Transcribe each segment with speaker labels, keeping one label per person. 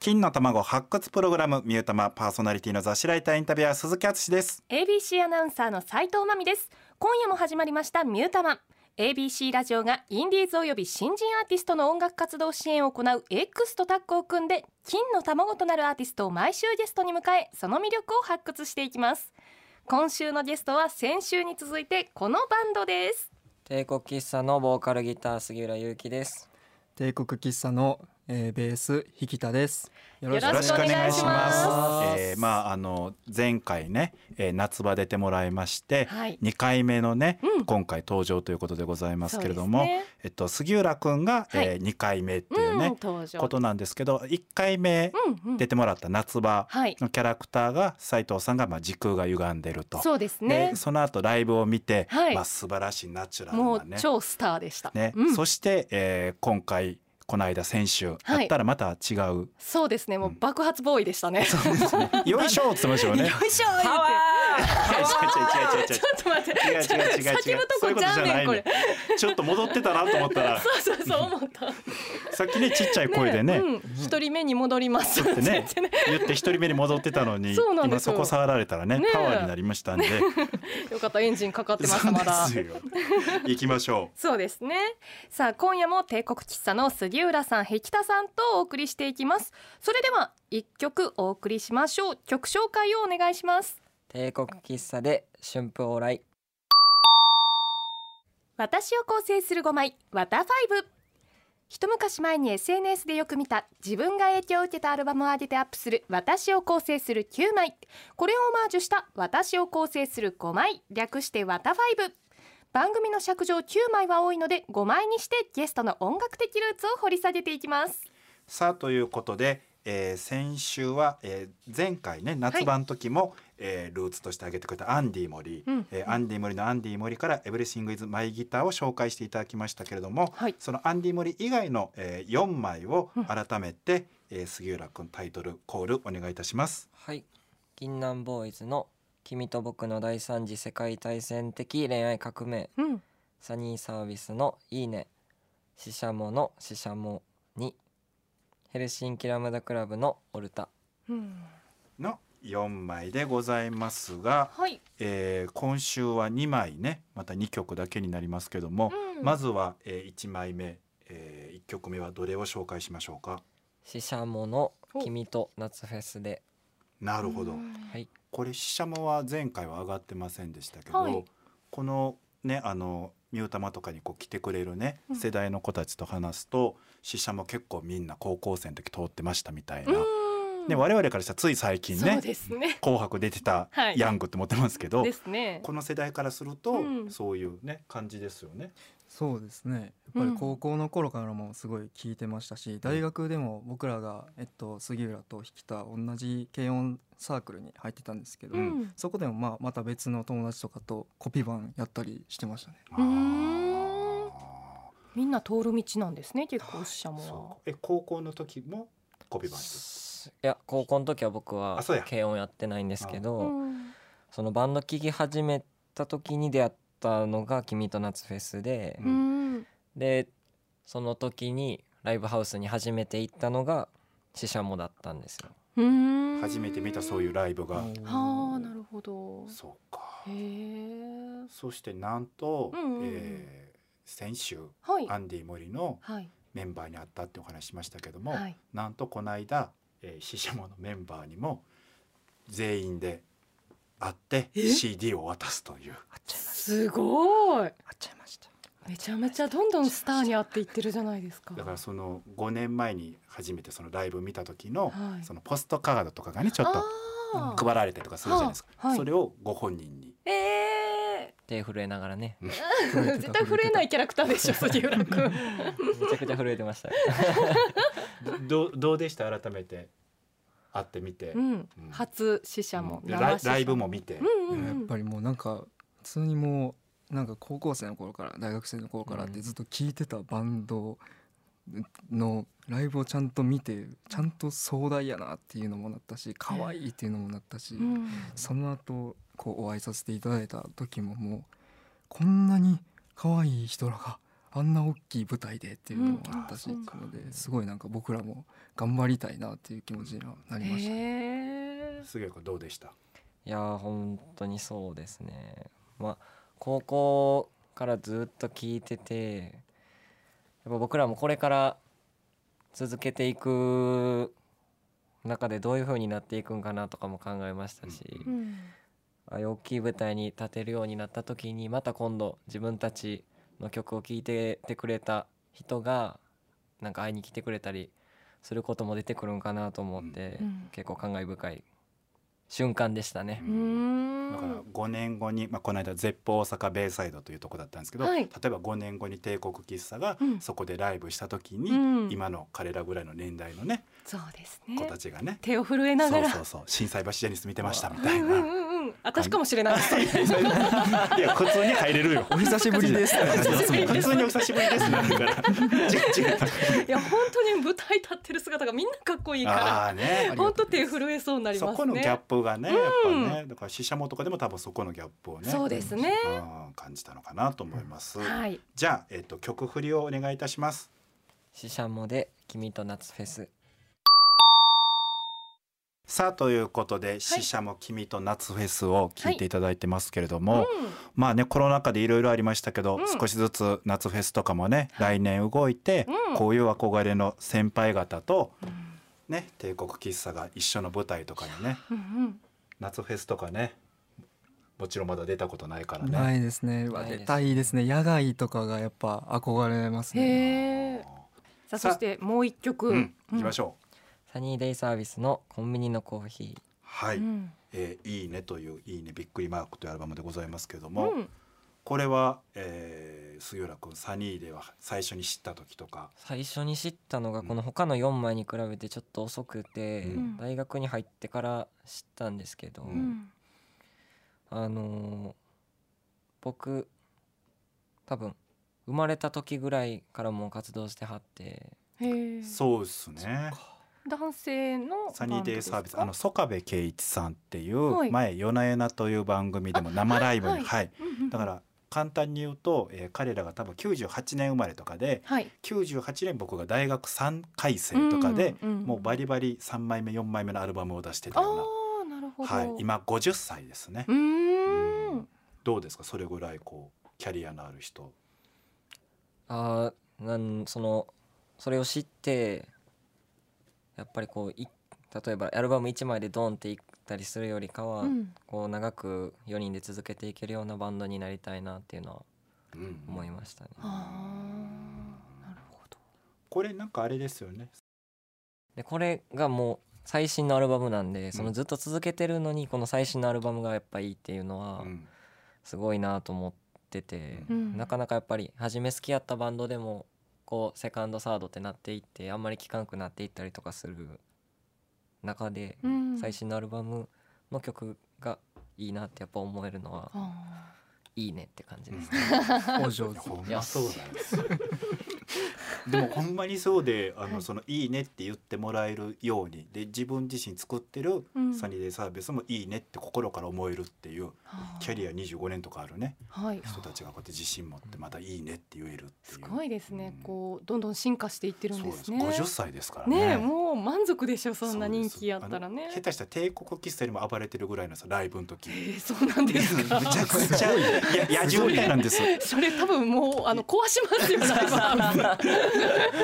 Speaker 1: 金の卵発掘プログラムミュータマパーソナリティの雑誌ライターインタビュアー鈴木敦です
Speaker 2: ABC アナウンサーの斉藤真美です今夜も始まりましたミュータマン ABC ラジオがインディーズおよび新人アーティストの音楽活動支援を行う X とタッグを組んで金の卵となるアーティストを毎週ゲストに迎えその魅力を発掘していきます今週のゲストは先週に続いてこのバンドです
Speaker 3: 帝国喫茶のボーカルギター杉浦優希です。
Speaker 4: 帝国喫茶の、えー、ベース引田です。よ
Speaker 2: よろしくお願いします
Speaker 1: えーまああの前回ね、えー夏場出てもらいまして、
Speaker 2: はい
Speaker 1: 2回目のね、
Speaker 2: うん
Speaker 1: 今回登場ということでございますけれども、
Speaker 2: そうですね
Speaker 1: えっと杉浦くんが、
Speaker 2: はい
Speaker 1: え2回目っていう
Speaker 2: うん
Speaker 1: ね、
Speaker 2: 登場
Speaker 1: ことなんですけど1回目
Speaker 2: うんうん
Speaker 1: 出てもらった夏場
Speaker 2: はい
Speaker 1: のキャラクターが斉藤さんがまあ時空が歪んでると。
Speaker 2: そうです
Speaker 1: で
Speaker 2: ね
Speaker 1: その後ライブを見て、
Speaker 2: はい
Speaker 1: まあ素晴らしいナチュラ
Speaker 2: もう
Speaker 1: ルなね
Speaker 2: 超スターでした
Speaker 1: ね、
Speaker 2: うん
Speaker 1: そして、えー今回この間先週
Speaker 2: はい
Speaker 1: やったらまた違 う、
Speaker 2: そうですねもう爆発ボーイでしたね、
Speaker 1: そうですねよいしょっつってましたよね
Speaker 2: よいしょー
Speaker 3: パワ
Speaker 1: 違う違う違う違う違う違う
Speaker 2: ちょっと待って
Speaker 1: 違う違う違う違う
Speaker 2: ちょっと先のとこじゃんねんこれ
Speaker 1: ちょっと戻ってたなと思ったら
Speaker 2: そうそうそう 思った
Speaker 1: さっきねちっちゃい声でね
Speaker 2: うん一人目に戻ります
Speaker 1: つ
Speaker 2: っ
Speaker 1: って
Speaker 2: て
Speaker 1: ね
Speaker 2: 言ってね
Speaker 1: 言って一人目に戻ってたのに
Speaker 2: そうなんで
Speaker 1: 今
Speaker 2: すよ
Speaker 1: そこ触られたらね
Speaker 2: ねえ
Speaker 1: パワーになりま したんで
Speaker 2: よかったエンジンかかってまし
Speaker 1: そ
Speaker 2: た
Speaker 1: う
Speaker 2: まだ
Speaker 1: ですよ行きましょ
Speaker 2: そうですねさあ今夜も帝国喫茶の杉浦さん碧田さんとお送りしていきますそれでは一曲お送りしましょう曲紹介をお願いします
Speaker 3: 帝国喫茶で春風往来。
Speaker 2: 私を構成する5枚ワタファイブ一昔前に SNS でよく見た自分が影響を受けたアルバムを上げてアップする私を構成する9枚これをオマージュした私を構成する5枚略してワタファイブ番組の尺上9枚は多いので5枚にしてゲストの音楽的ルーツを掘り下げていきます
Speaker 1: うさあということで、えー先週は、えー前回ね夏場の時も、えールーツとして挙げてくれたアンディ・モリー、
Speaker 2: うん
Speaker 1: えーアンディ・モリのアンディ・モリから「エブリシング・イズ・マイ・ギター」を紹介していただきましたけれども、
Speaker 2: はい
Speaker 1: そのアンディ・モリ以外の、え4枚を改めて、えー杉浦君タイトルコールお願いいたします。
Speaker 3: はい。銀南ボーイズの君と僕の第三次世界大戦的恋愛革命。
Speaker 2: うん
Speaker 3: サニーサービスのいいね。ししゃものししゃもに。ヘルシンキラムダクラブのオルタ。
Speaker 2: うん
Speaker 1: の4枚でございますが、
Speaker 2: はい、
Speaker 1: えー今週は2枚ねまた2曲だけになりますけども、
Speaker 2: うん
Speaker 1: まずは、え1枚目、え1曲目はどれを紹介しましょうか
Speaker 3: ししゃもの
Speaker 2: お
Speaker 3: 君と夏フェスで。
Speaker 1: なるほど、
Speaker 2: うん
Speaker 3: はい。
Speaker 1: これシシャモは前回は上がってませんでしたけど、
Speaker 2: はい
Speaker 1: このねあのミュータマとかにこう来てくれるね、
Speaker 2: うん
Speaker 1: 世代の子たちと話すとシシャモ結構みんな高校生の時通ってましたみたいな、
Speaker 2: うん
Speaker 1: ね、我々からしたらつい最近
Speaker 2: そ
Speaker 1: ね
Speaker 2: うですね
Speaker 1: 「紅白」出てた
Speaker 2: はい
Speaker 1: ヤングって思ってますけど、
Speaker 2: ですね
Speaker 1: この世代からすると、
Speaker 2: うん
Speaker 1: そういうね感じですよね。
Speaker 4: そうですね。やっぱり高校の頃からもすごい聞いてましたし、大学でも僕らがえっと杉浦と引田同じ軽音サークルに入ってたんですけど、
Speaker 2: うん
Speaker 4: そこでもまあまた別の友達とかとコピー版やったりしてましたね。
Speaker 2: うーん
Speaker 1: あ
Speaker 2: みんな通る道なんですね結構ししゃ
Speaker 1: ー
Speaker 2: もは
Speaker 1: そうえ高校の時もコピバンしてた
Speaker 3: いや高校の時は僕は
Speaker 1: あそうや
Speaker 3: 軽音やってないんですけど、
Speaker 2: うん
Speaker 3: そのバンド聴き始めた時に出会ったのが「君と夏フェスで」
Speaker 1: う
Speaker 2: うん
Speaker 3: でその時にライブハウスに初めて行ったのがシシャモだったんですよ。
Speaker 2: うん
Speaker 1: 初めて見たそういうライブが、
Speaker 2: はあなるほど
Speaker 1: そうか
Speaker 2: へえ
Speaker 1: そしてなんと、
Speaker 2: うんうんうん
Speaker 1: えー先週
Speaker 2: はい
Speaker 1: アンディ・モリの
Speaker 2: はい
Speaker 1: メンバーに会ったってお話しましたけども、
Speaker 2: はい
Speaker 1: なんとこの間、えー、シシャモのメンバーにも全員で会って
Speaker 2: え
Speaker 1: CD を渡すという
Speaker 3: 会っちゃいまし
Speaker 2: すごい
Speaker 3: た。会っちゃいました。
Speaker 2: めちゃめちゃどんどんスターに会っていってるじゃないですか
Speaker 1: だからその5年前に初めてそのライブ見た時の、
Speaker 2: はい
Speaker 1: そのポストカードとかがねちょっと
Speaker 2: あー
Speaker 1: 配られたりとかするじゃないですか、
Speaker 2: はいはい
Speaker 1: それをご本人に
Speaker 2: え
Speaker 3: 手震えながらね
Speaker 4: 震え
Speaker 2: ー
Speaker 4: てた
Speaker 2: 絶対震えないキャラクター でしょ杉浦君
Speaker 3: めちゃくちゃ震えてました。
Speaker 1: どどうでした改めて会ってみて、
Speaker 2: うん
Speaker 1: うん
Speaker 2: 初死者も
Speaker 1: でライ
Speaker 2: 生死者
Speaker 1: ライブも見て、
Speaker 2: うんうん
Speaker 4: やっぱりもうなんか普通にもうなんか高校生の頃から大学生の頃からっ
Speaker 3: うん
Speaker 4: てずっと聞いてたバンドのライブをちゃんと見てちゃんと壮大やなっていうのもなったし可愛いっていうのもなったし、
Speaker 2: うん
Speaker 4: その後こうお会いさせていただいた時ももうこんなに可愛い人らがあんな大きい舞台でっていうのもあったし、
Speaker 2: うんあそう
Speaker 4: のですごいなんか僕らも頑張りたいなっていう気持ちになりましたね、
Speaker 2: へえ
Speaker 1: 杉谷君どうでした
Speaker 3: いやー本当にそうですねまあ高校からずっと聞いててやっぱ僕らもこれから続けていく中でどういう風になっていくんかなとかも考えましたし、
Speaker 1: う
Speaker 2: うん
Speaker 3: ああいう大きい舞台に立てるようになった時にまた今度自分たちの曲を聴いててくれた人がなんか会いに来てくれたりすることも出てくるんかなと思って、
Speaker 2: うんうん
Speaker 3: 結構感慨深い瞬間でしたね。
Speaker 2: うーん
Speaker 1: だから5年後に、まあ、この間ゼップ大阪ベイサイドというとこだったんですけど、
Speaker 2: はい
Speaker 1: 例えば5年後に帝国喫茶が
Speaker 2: うん
Speaker 1: そこでライブした時に、
Speaker 2: うん
Speaker 1: 今の彼らぐらいの年代のね
Speaker 2: そうです
Speaker 1: 子
Speaker 2: ね
Speaker 1: たちがね
Speaker 2: 手を震えなが
Speaker 1: そう
Speaker 2: ら
Speaker 1: そうそう震災橋ジェニス見てましたみ
Speaker 2: う
Speaker 1: たい
Speaker 2: んうん
Speaker 1: な。
Speaker 2: うんうん私かもし れないで す
Speaker 1: いや普通に入れるよ。
Speaker 4: お久しぶ りです
Speaker 1: 普
Speaker 2: 久しぶり です
Speaker 1: 通にお久しぶり ですなんだから。違う違う
Speaker 2: いや本当に舞台立ってる姿がみんなかっこいいから
Speaker 1: ああね。
Speaker 2: 本当手震えそうになります
Speaker 1: そ
Speaker 2: ね
Speaker 1: このギャップがね、やっ
Speaker 2: うん
Speaker 1: ぱね、だから死者もとかでも多分そこのギャップをね。
Speaker 2: そうですね
Speaker 1: うん感じたのかなと思います。
Speaker 2: はい
Speaker 1: じゃあ、えっと、曲振りをお願いいたします。
Speaker 3: シシャモで君と夏フェス
Speaker 1: さあということで「死者も君と夏フェス」を聞いていただいてますけれども、まあねコロナ禍でいろいろありましたけど、
Speaker 2: うん
Speaker 1: 少しずつ夏フェスとかもね来年動いて、
Speaker 2: うん
Speaker 1: こういう憧れの先輩方と、
Speaker 2: うん
Speaker 1: ね、帝国喫茶が一緒の舞台とかにね
Speaker 2: うんうん
Speaker 1: 夏フェスとかねもちろんまだ出たことないからね。
Speaker 4: ないですね。
Speaker 3: ないです
Speaker 4: 出たいですね。野外とかがやっぱ憧れます
Speaker 2: へ
Speaker 4: ね。
Speaker 2: えさあそ
Speaker 1: さあ
Speaker 2: してもう一曲
Speaker 1: うん、行きまし
Speaker 2: ょ
Speaker 1: ょう。
Speaker 3: サニーデイサービスのコンビニのコーヒー
Speaker 1: はい、
Speaker 2: うん
Speaker 1: えーいいねといういいねびっくりマークというアルバムでございますけれど
Speaker 2: う
Speaker 1: も、
Speaker 2: ん
Speaker 1: これは、えー、杉浦君サニーでは最初に知った時とか、
Speaker 3: 最初に知ったのがこの他の4枚に比べてちょっと遅くて、
Speaker 1: うん
Speaker 3: 大学に入ってから知ったんですけど、
Speaker 1: う
Speaker 2: うん
Speaker 3: あのー僕多分生まれた時ぐらいからもう活動してはって
Speaker 2: へえ
Speaker 1: そうですね。
Speaker 2: 男性の
Speaker 1: サニーデイサービス
Speaker 2: バ
Speaker 1: あ
Speaker 2: ンド
Speaker 1: の
Speaker 2: です
Speaker 1: 曽我部圭一さんってい
Speaker 2: はいう
Speaker 1: 前「夜な夜な」という番組でも生ライブに、
Speaker 2: あは
Speaker 1: はいい
Speaker 2: かうんうん
Speaker 1: だから簡単に言うと、えー彼らが多分98年生まれとかで
Speaker 2: はい
Speaker 1: 98年僕が大学3回生とかで、
Speaker 2: うんうん
Speaker 1: もうバリバリ3枚目4枚目のアルバムを出してた
Speaker 2: あ
Speaker 1: よ
Speaker 2: あなる
Speaker 1: う
Speaker 2: ほ
Speaker 1: な、
Speaker 2: ど
Speaker 1: はい、今50歳ですね
Speaker 2: う、ーん
Speaker 1: どうですかそれぐらいこうキャリアのある人。
Speaker 3: あーなんそのそれを知ってやっぱりこうい例えばアルバム1枚でドンっていったりするよりかは、
Speaker 2: うん
Speaker 3: こう長く4人で続けていけるようなバンドになりたいなっていうのは
Speaker 1: うん
Speaker 3: 思いましたね。
Speaker 2: ああなるほど
Speaker 1: これなんかあれですよね。
Speaker 3: でこれがもう最新のアルバムなんでそのずっと続けてるのにこの最新のアルバムがやっぱいいっていうのは
Speaker 1: うん
Speaker 3: すごいなと思ってて、
Speaker 2: うん
Speaker 3: なかなかやっぱり初め好きやったバンドでもこうセカンドサードってなっていってあんまり聴かなくなっていったりとかする中で、
Speaker 2: うん
Speaker 3: 最新のアルバムの曲がいいなってやっぱ思えるのは
Speaker 2: あ
Speaker 3: いいねって感じですね。
Speaker 4: お上
Speaker 1: い
Speaker 4: 手
Speaker 1: や。ほん
Speaker 3: いや
Speaker 1: まそうなんですよでもほんまにそうであの、
Speaker 2: はい
Speaker 1: その「いいね」って言ってもらえるようにで自分自身作ってる
Speaker 2: うん
Speaker 1: サニーデイサービスも「いいね」って心から思えるっていう
Speaker 2: あ
Speaker 1: キャリア25年とかあるね
Speaker 2: はい
Speaker 1: 人たちがこうやって自信持ってまた「いいね」って言えるっていう
Speaker 2: すごいですね
Speaker 1: うん
Speaker 2: こうどんどん進化していってるんですね
Speaker 1: そうです50歳ですから
Speaker 2: ね
Speaker 1: ね
Speaker 2: えもう満足でしょそんな
Speaker 1: そうで
Speaker 2: 人
Speaker 1: す
Speaker 2: 気やったらね
Speaker 1: あの下手したら帝国喫茶よりも暴れてるぐらいのさライブの時
Speaker 2: えーそうなん
Speaker 1: め
Speaker 2: です
Speaker 1: ち
Speaker 2: か
Speaker 1: ゃくちゃいや野獣みたいなんです
Speaker 2: それ多分もうあの壊しますよライブハウ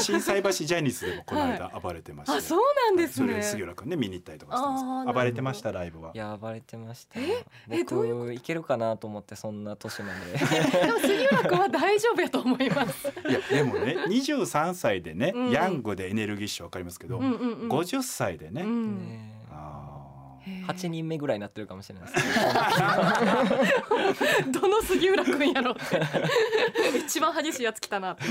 Speaker 1: 心斎橋ジャニスでもこの間暴れてまし
Speaker 2: ス
Speaker 1: たよ
Speaker 2: あそうなんです
Speaker 1: それ杉
Speaker 2: ね
Speaker 1: 浦君ね見に行ったりとかして
Speaker 2: あーなる
Speaker 1: ま
Speaker 2: ほど
Speaker 1: す。暴れてましたライブは。
Speaker 3: いや暴れてました
Speaker 2: えどうい
Speaker 3: 僕いけるかなと思ってそんな年まで
Speaker 2: でも杉浦君は大丈夫やと思い ます
Speaker 1: いやでも ね、23歳でね、
Speaker 2: うん
Speaker 1: ヤングでエネルギッシュわかりますけど、
Speaker 2: うんうんうん
Speaker 1: 50歳でね。
Speaker 2: うん
Speaker 3: ね
Speaker 1: あー
Speaker 2: へえ
Speaker 3: 8人目ぐらいになってるかもしれないですね
Speaker 2: どの杉浦君やろって 一番激しいやつ来たなって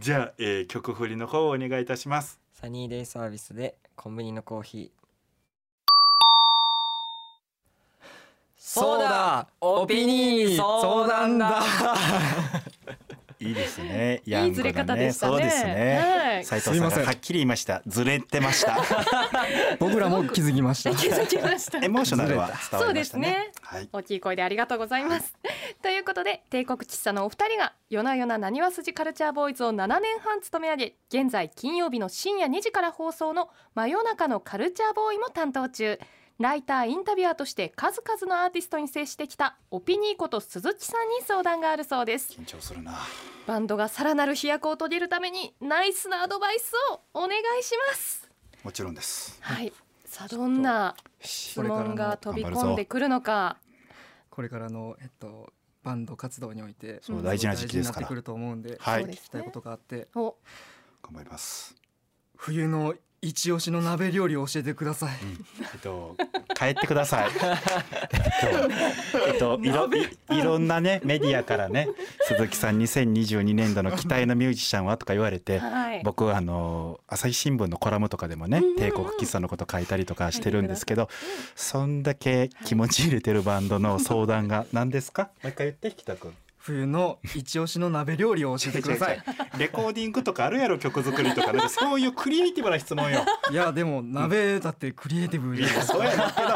Speaker 1: じゃあ、えー曲振りの方をお願いいたします。
Speaker 3: サニーデイサービスでコンビニのコーヒー
Speaker 4: そうだオピニー相談だ
Speaker 1: いいですね。
Speaker 2: いいずれ方でしたね。
Speaker 1: そうです
Speaker 2: は
Speaker 1: ね。
Speaker 2: い
Speaker 1: 斉藤さん
Speaker 4: すいませ
Speaker 1: が
Speaker 4: ん
Speaker 1: はっきり言いま した。ずれてました。
Speaker 4: 僕らも気づきました。
Speaker 2: 気づきました
Speaker 1: エモーショナルは伝わりました
Speaker 2: そう
Speaker 1: ね
Speaker 2: で。
Speaker 1: はい。
Speaker 2: 大きい声でありがとうございます。ということで帝国喫茶のお二人が夜な夜ななにわ筋カルチャーボーイズを7年半務め上げ現在金曜日の深夜2時から放送の「真夜中のカルチャーボーイ」も担当中ライターインタビュアーとして数々のアーティストに接してきたオピニーこと鈴木さんに相談があるそうです
Speaker 1: 緊張するな。
Speaker 2: バンドがさらなる飛躍を遂げるためにナイスなアドバイスをお願いします
Speaker 1: もちろんです。
Speaker 2: はいさあどんな質問が飛び込んでくるのか
Speaker 4: これからのえっとバンド活動において、
Speaker 1: そう大事な時期ですから
Speaker 4: すごい大事になってくると思うんで、
Speaker 1: はい
Speaker 2: そう
Speaker 4: 聞
Speaker 2: です
Speaker 4: きたい
Speaker 2: ね
Speaker 4: ことがあって、
Speaker 2: お
Speaker 1: 頑張ります。
Speaker 4: 冬の一押しの鍋料理を教えてください。
Speaker 1: えっと、帰ってください。えっと、えっと、いろ、いいろんなね、メディアからね、鈴木さん2022年度の期待のミュージシャンはとか言われて。
Speaker 2: はい
Speaker 1: 僕はあの朝日新聞のコラムとかでもね
Speaker 2: うんうんうん
Speaker 1: 帝国喫茶のこと書いたりとかしてるんですけどそんだけ気持ち入れてるバンドの相談が何ですかもう一回言って北くん
Speaker 4: 冬の一押しの鍋料理を教えてください。
Speaker 1: レコーディングとかあるやろ曲作りとかなんかそういうクリエイティブな質問よ
Speaker 4: いやでも鍋だってクリエイティブ
Speaker 1: い
Speaker 4: で
Speaker 1: や
Speaker 4: す。
Speaker 1: そうやねんけど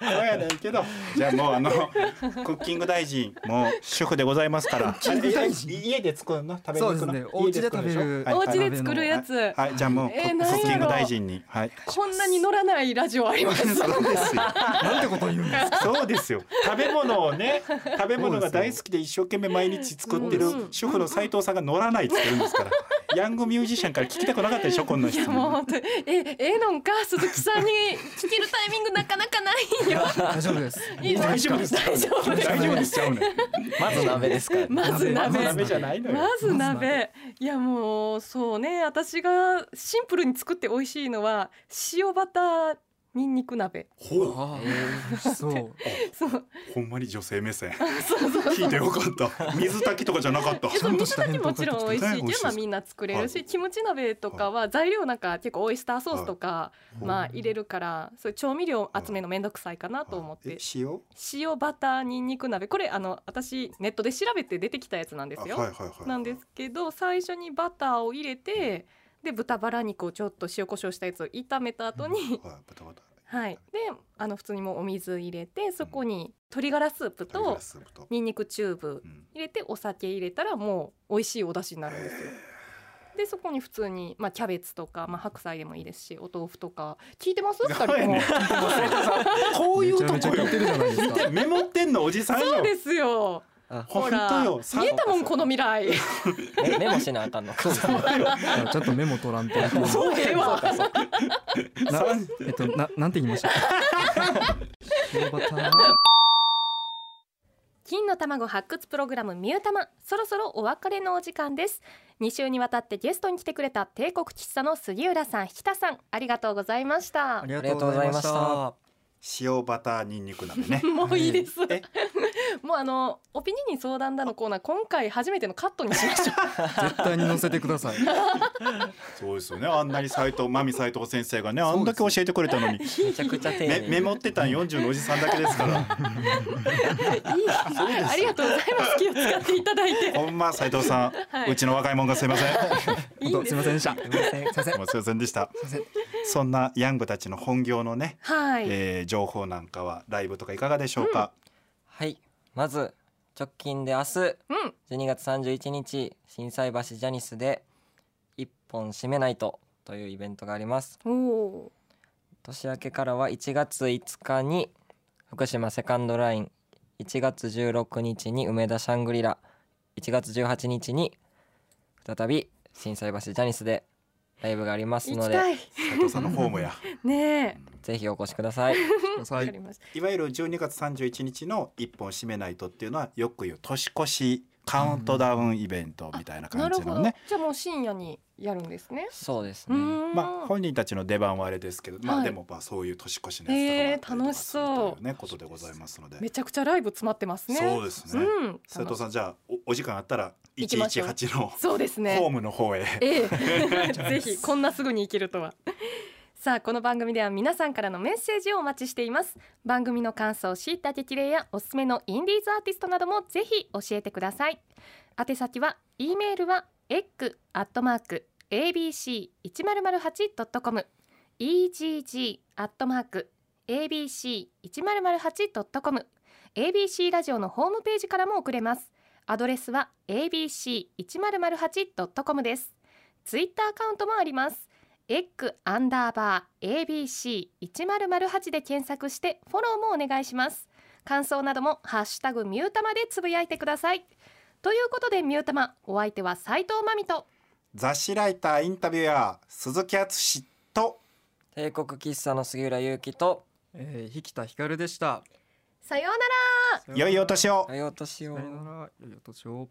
Speaker 1: そうやねんけどじゃあもうあのクッキング大臣もう主婦でございますから
Speaker 4: キング大臣
Speaker 1: あ家で作るの食べに
Speaker 4: そう
Speaker 1: 行く
Speaker 4: です
Speaker 1: の
Speaker 4: ね。お家で食べる
Speaker 1: はい
Speaker 2: お
Speaker 1: はい
Speaker 2: 家で作るやつ。
Speaker 1: はい、じゃあもう、
Speaker 2: えー
Speaker 1: ク
Speaker 2: なんやろ
Speaker 1: ッキング大臣にはい
Speaker 2: こんなに乗らないラジオあ ります。
Speaker 1: そうですよ
Speaker 4: なんてこと言うんですか。
Speaker 1: そうですよ食べ物をね食べ物が大好きで一生懸命毎日作ってる
Speaker 2: うん
Speaker 1: 主婦の斉藤さんが乗らないって言ってるんですからヤングミュージシャンから聞きたくなかったでしょこんない質
Speaker 2: やも
Speaker 1: 問
Speaker 2: う本当にえええのんか鈴木さんに聞けるタイミングなかなかないよ。
Speaker 4: 大丈夫です。
Speaker 2: いい
Speaker 1: 大丈夫です
Speaker 2: 大丈夫です
Speaker 1: 大丈夫ですちゃうね
Speaker 3: まず鍋ですから、
Speaker 2: まず鍋。
Speaker 1: 鍋じゃないのよ
Speaker 2: まず
Speaker 4: まず
Speaker 2: 鍋
Speaker 4: 鍋。
Speaker 2: いやもうそうね私がシンプルに作って美味しいのは塩バターにんにく鍋。
Speaker 1: ほ
Speaker 4: ああ、そう。
Speaker 2: そう
Speaker 1: ほんまに女性目線
Speaker 2: そうそう。
Speaker 1: 聞いてよかった水炊きとかじゃなかった
Speaker 2: えそう
Speaker 4: ゃんと
Speaker 2: 水
Speaker 4: した
Speaker 2: 炊きもちろん美味し
Speaker 1: 返
Speaker 2: い
Speaker 1: 答返ってき
Speaker 2: けど、
Speaker 1: て
Speaker 2: まあ、みんな作れる
Speaker 1: は
Speaker 2: しキムチ鍋とかは材料なんか結構オイスターソースとか、
Speaker 1: はい
Speaker 2: まあ、入れるからそういう調味料集めるの面倒くさいかなと思って、
Speaker 1: え塩
Speaker 2: 塩バターにんにく鍋これあの私ネットで調べて出てきたやつなんですよ。
Speaker 1: あはいはいはい
Speaker 2: なんですけど最初にバターを入れてで豚バラ肉をちょっと塩コショウしたやつを炒めた後に、
Speaker 1: はい豚バタ
Speaker 2: はい、であの普通にもうお水入れてそこに鶏ガラスープ
Speaker 1: ー
Speaker 2: と
Speaker 1: スープと
Speaker 2: にんにくチューブ
Speaker 1: うん
Speaker 2: 入れてお酒入れたらもう美味しいお出汁になるんですよ。でそこに普通に、まあ、キャベツとか、まあ、白菜でもいいですしお豆腐とか聞いてます二人とも。
Speaker 1: こういうと
Speaker 4: めちゃ
Speaker 1: こよ
Speaker 4: めちゃ聞いてるじゃないです
Speaker 1: 見
Speaker 4: か。
Speaker 1: てメモってんのおじさん
Speaker 2: そう
Speaker 1: よ
Speaker 2: ですよ。
Speaker 3: あ
Speaker 1: 本
Speaker 2: ほ
Speaker 1: 当
Speaker 2: ら
Speaker 1: よ
Speaker 2: 見えたもんこの未来。
Speaker 3: メメモしなあかんのか。
Speaker 4: あちょっとメモ取らんと。
Speaker 2: そうええ わ。
Speaker 4: な
Speaker 1: 三
Speaker 4: えっと、な、なんて言いました。塩バター。
Speaker 2: 金の卵発掘プログラムミュータマそろそろお別れのお時間です2週にわたってゲストに来てくれた帝国喫茶の杉浦さん引田さんありがとうございました
Speaker 4: あ
Speaker 3: あり
Speaker 4: りが
Speaker 3: が
Speaker 4: と
Speaker 3: と
Speaker 4: う
Speaker 3: うご
Speaker 4: ござ
Speaker 3: ざ
Speaker 4: い
Speaker 3: い
Speaker 4: ま
Speaker 3: ま
Speaker 4: し。
Speaker 3: したた。
Speaker 1: 塩バターニンニク鍋ね
Speaker 2: もういいです、
Speaker 1: え
Speaker 2: もうあのオピニに相談だのコーナー今回初めてのカットにしましょう
Speaker 4: 絶対に載せてください。
Speaker 1: そうですよねあんなに斎藤真美斎藤先生がね
Speaker 4: うで
Speaker 1: あ
Speaker 4: す
Speaker 1: んだけ教えてくれたのに
Speaker 3: めちゃくちゃ丁寧
Speaker 1: メ
Speaker 3: に。
Speaker 1: メモってたん40のおじさんだけですから
Speaker 2: いいありがとうございます気を使っていただいて
Speaker 1: ほんま斎藤さん、
Speaker 2: はいう
Speaker 1: ちの若いもんがすいません
Speaker 2: いいん
Speaker 4: 本当
Speaker 2: です
Speaker 4: みませんでした。すみません。すみません。
Speaker 1: もうすいませんでした
Speaker 4: せん
Speaker 1: そんなヤングたちの本業のね、
Speaker 2: はい、
Speaker 1: えー情報なんかはライブとかいかがでしょうか、
Speaker 3: はい。まず直近で明日
Speaker 2: うん
Speaker 3: 12月31日震災橋ジャニスで一本締めないとというイベントがあります。
Speaker 2: おお
Speaker 3: 年明けからは1月5日に福島セカンドライン1月16日に梅田シャングリラ1月18日に再び震災橋ジャニスでライブがあります
Speaker 2: 行
Speaker 3: の
Speaker 2: き
Speaker 3: で
Speaker 2: たい
Speaker 1: 斉藤さんのホームや
Speaker 2: ね
Speaker 3: ぜひお越しください。
Speaker 4: くださ
Speaker 2: えわ
Speaker 4: い
Speaker 2: かりました
Speaker 1: いわゆる12月31日の「一本締めないと」っていうのはよく言う年越しカウントダウンイベントみたいな
Speaker 2: な
Speaker 1: 感
Speaker 2: る
Speaker 1: じ
Speaker 2: ほ
Speaker 1: の
Speaker 2: ど
Speaker 1: ね
Speaker 2: じゃあもう深夜にやるんですね
Speaker 3: そうです
Speaker 2: う
Speaker 3: ね。
Speaker 2: ーん
Speaker 1: まあ、本人たちの出番はあれですけど、ま
Speaker 2: は
Speaker 1: あ
Speaker 2: い
Speaker 1: でもまあそういう年越しのやつとかもあったりとかする
Speaker 2: えー楽
Speaker 1: と
Speaker 2: しそう
Speaker 1: いうねことでございますので、
Speaker 2: めちゃくちゃライブ詰まってますね
Speaker 1: そうですね
Speaker 2: うん、
Speaker 1: 斉藤さんじゃあおお時間あったら
Speaker 2: 行きましょう
Speaker 1: 118の
Speaker 2: そうですね
Speaker 1: ホームの方へ、
Speaker 2: ええ、ぜひこんなすぐに行けるとは。さあこの番組では皆さんからのメッセージをお待ちしています番組の感想しいた激励やおすすめのインディーズアーティストなどもぜひ教えてください宛先は E メールは egg.abc1008.com egg.abc1008.com abc ラジオのホームページからも送れますアドレスは abc1008.com ですツイッターアカウントもありますエッグアンダーバー ABC1008 で検索してフォローもお願いします感想などもハッシュタグミュータマでつぶやいてくださいということでミュータマお相手は斉藤真美と
Speaker 1: 雑誌ライターインタビュアー鈴木敦と
Speaker 3: 帝国喫茶の杉浦優樹と
Speaker 4: えー、引田光でした
Speaker 2: さようなら
Speaker 1: 良いお年を
Speaker 3: はいお年
Speaker 4: さ
Speaker 3: を
Speaker 4: よなら良いお年を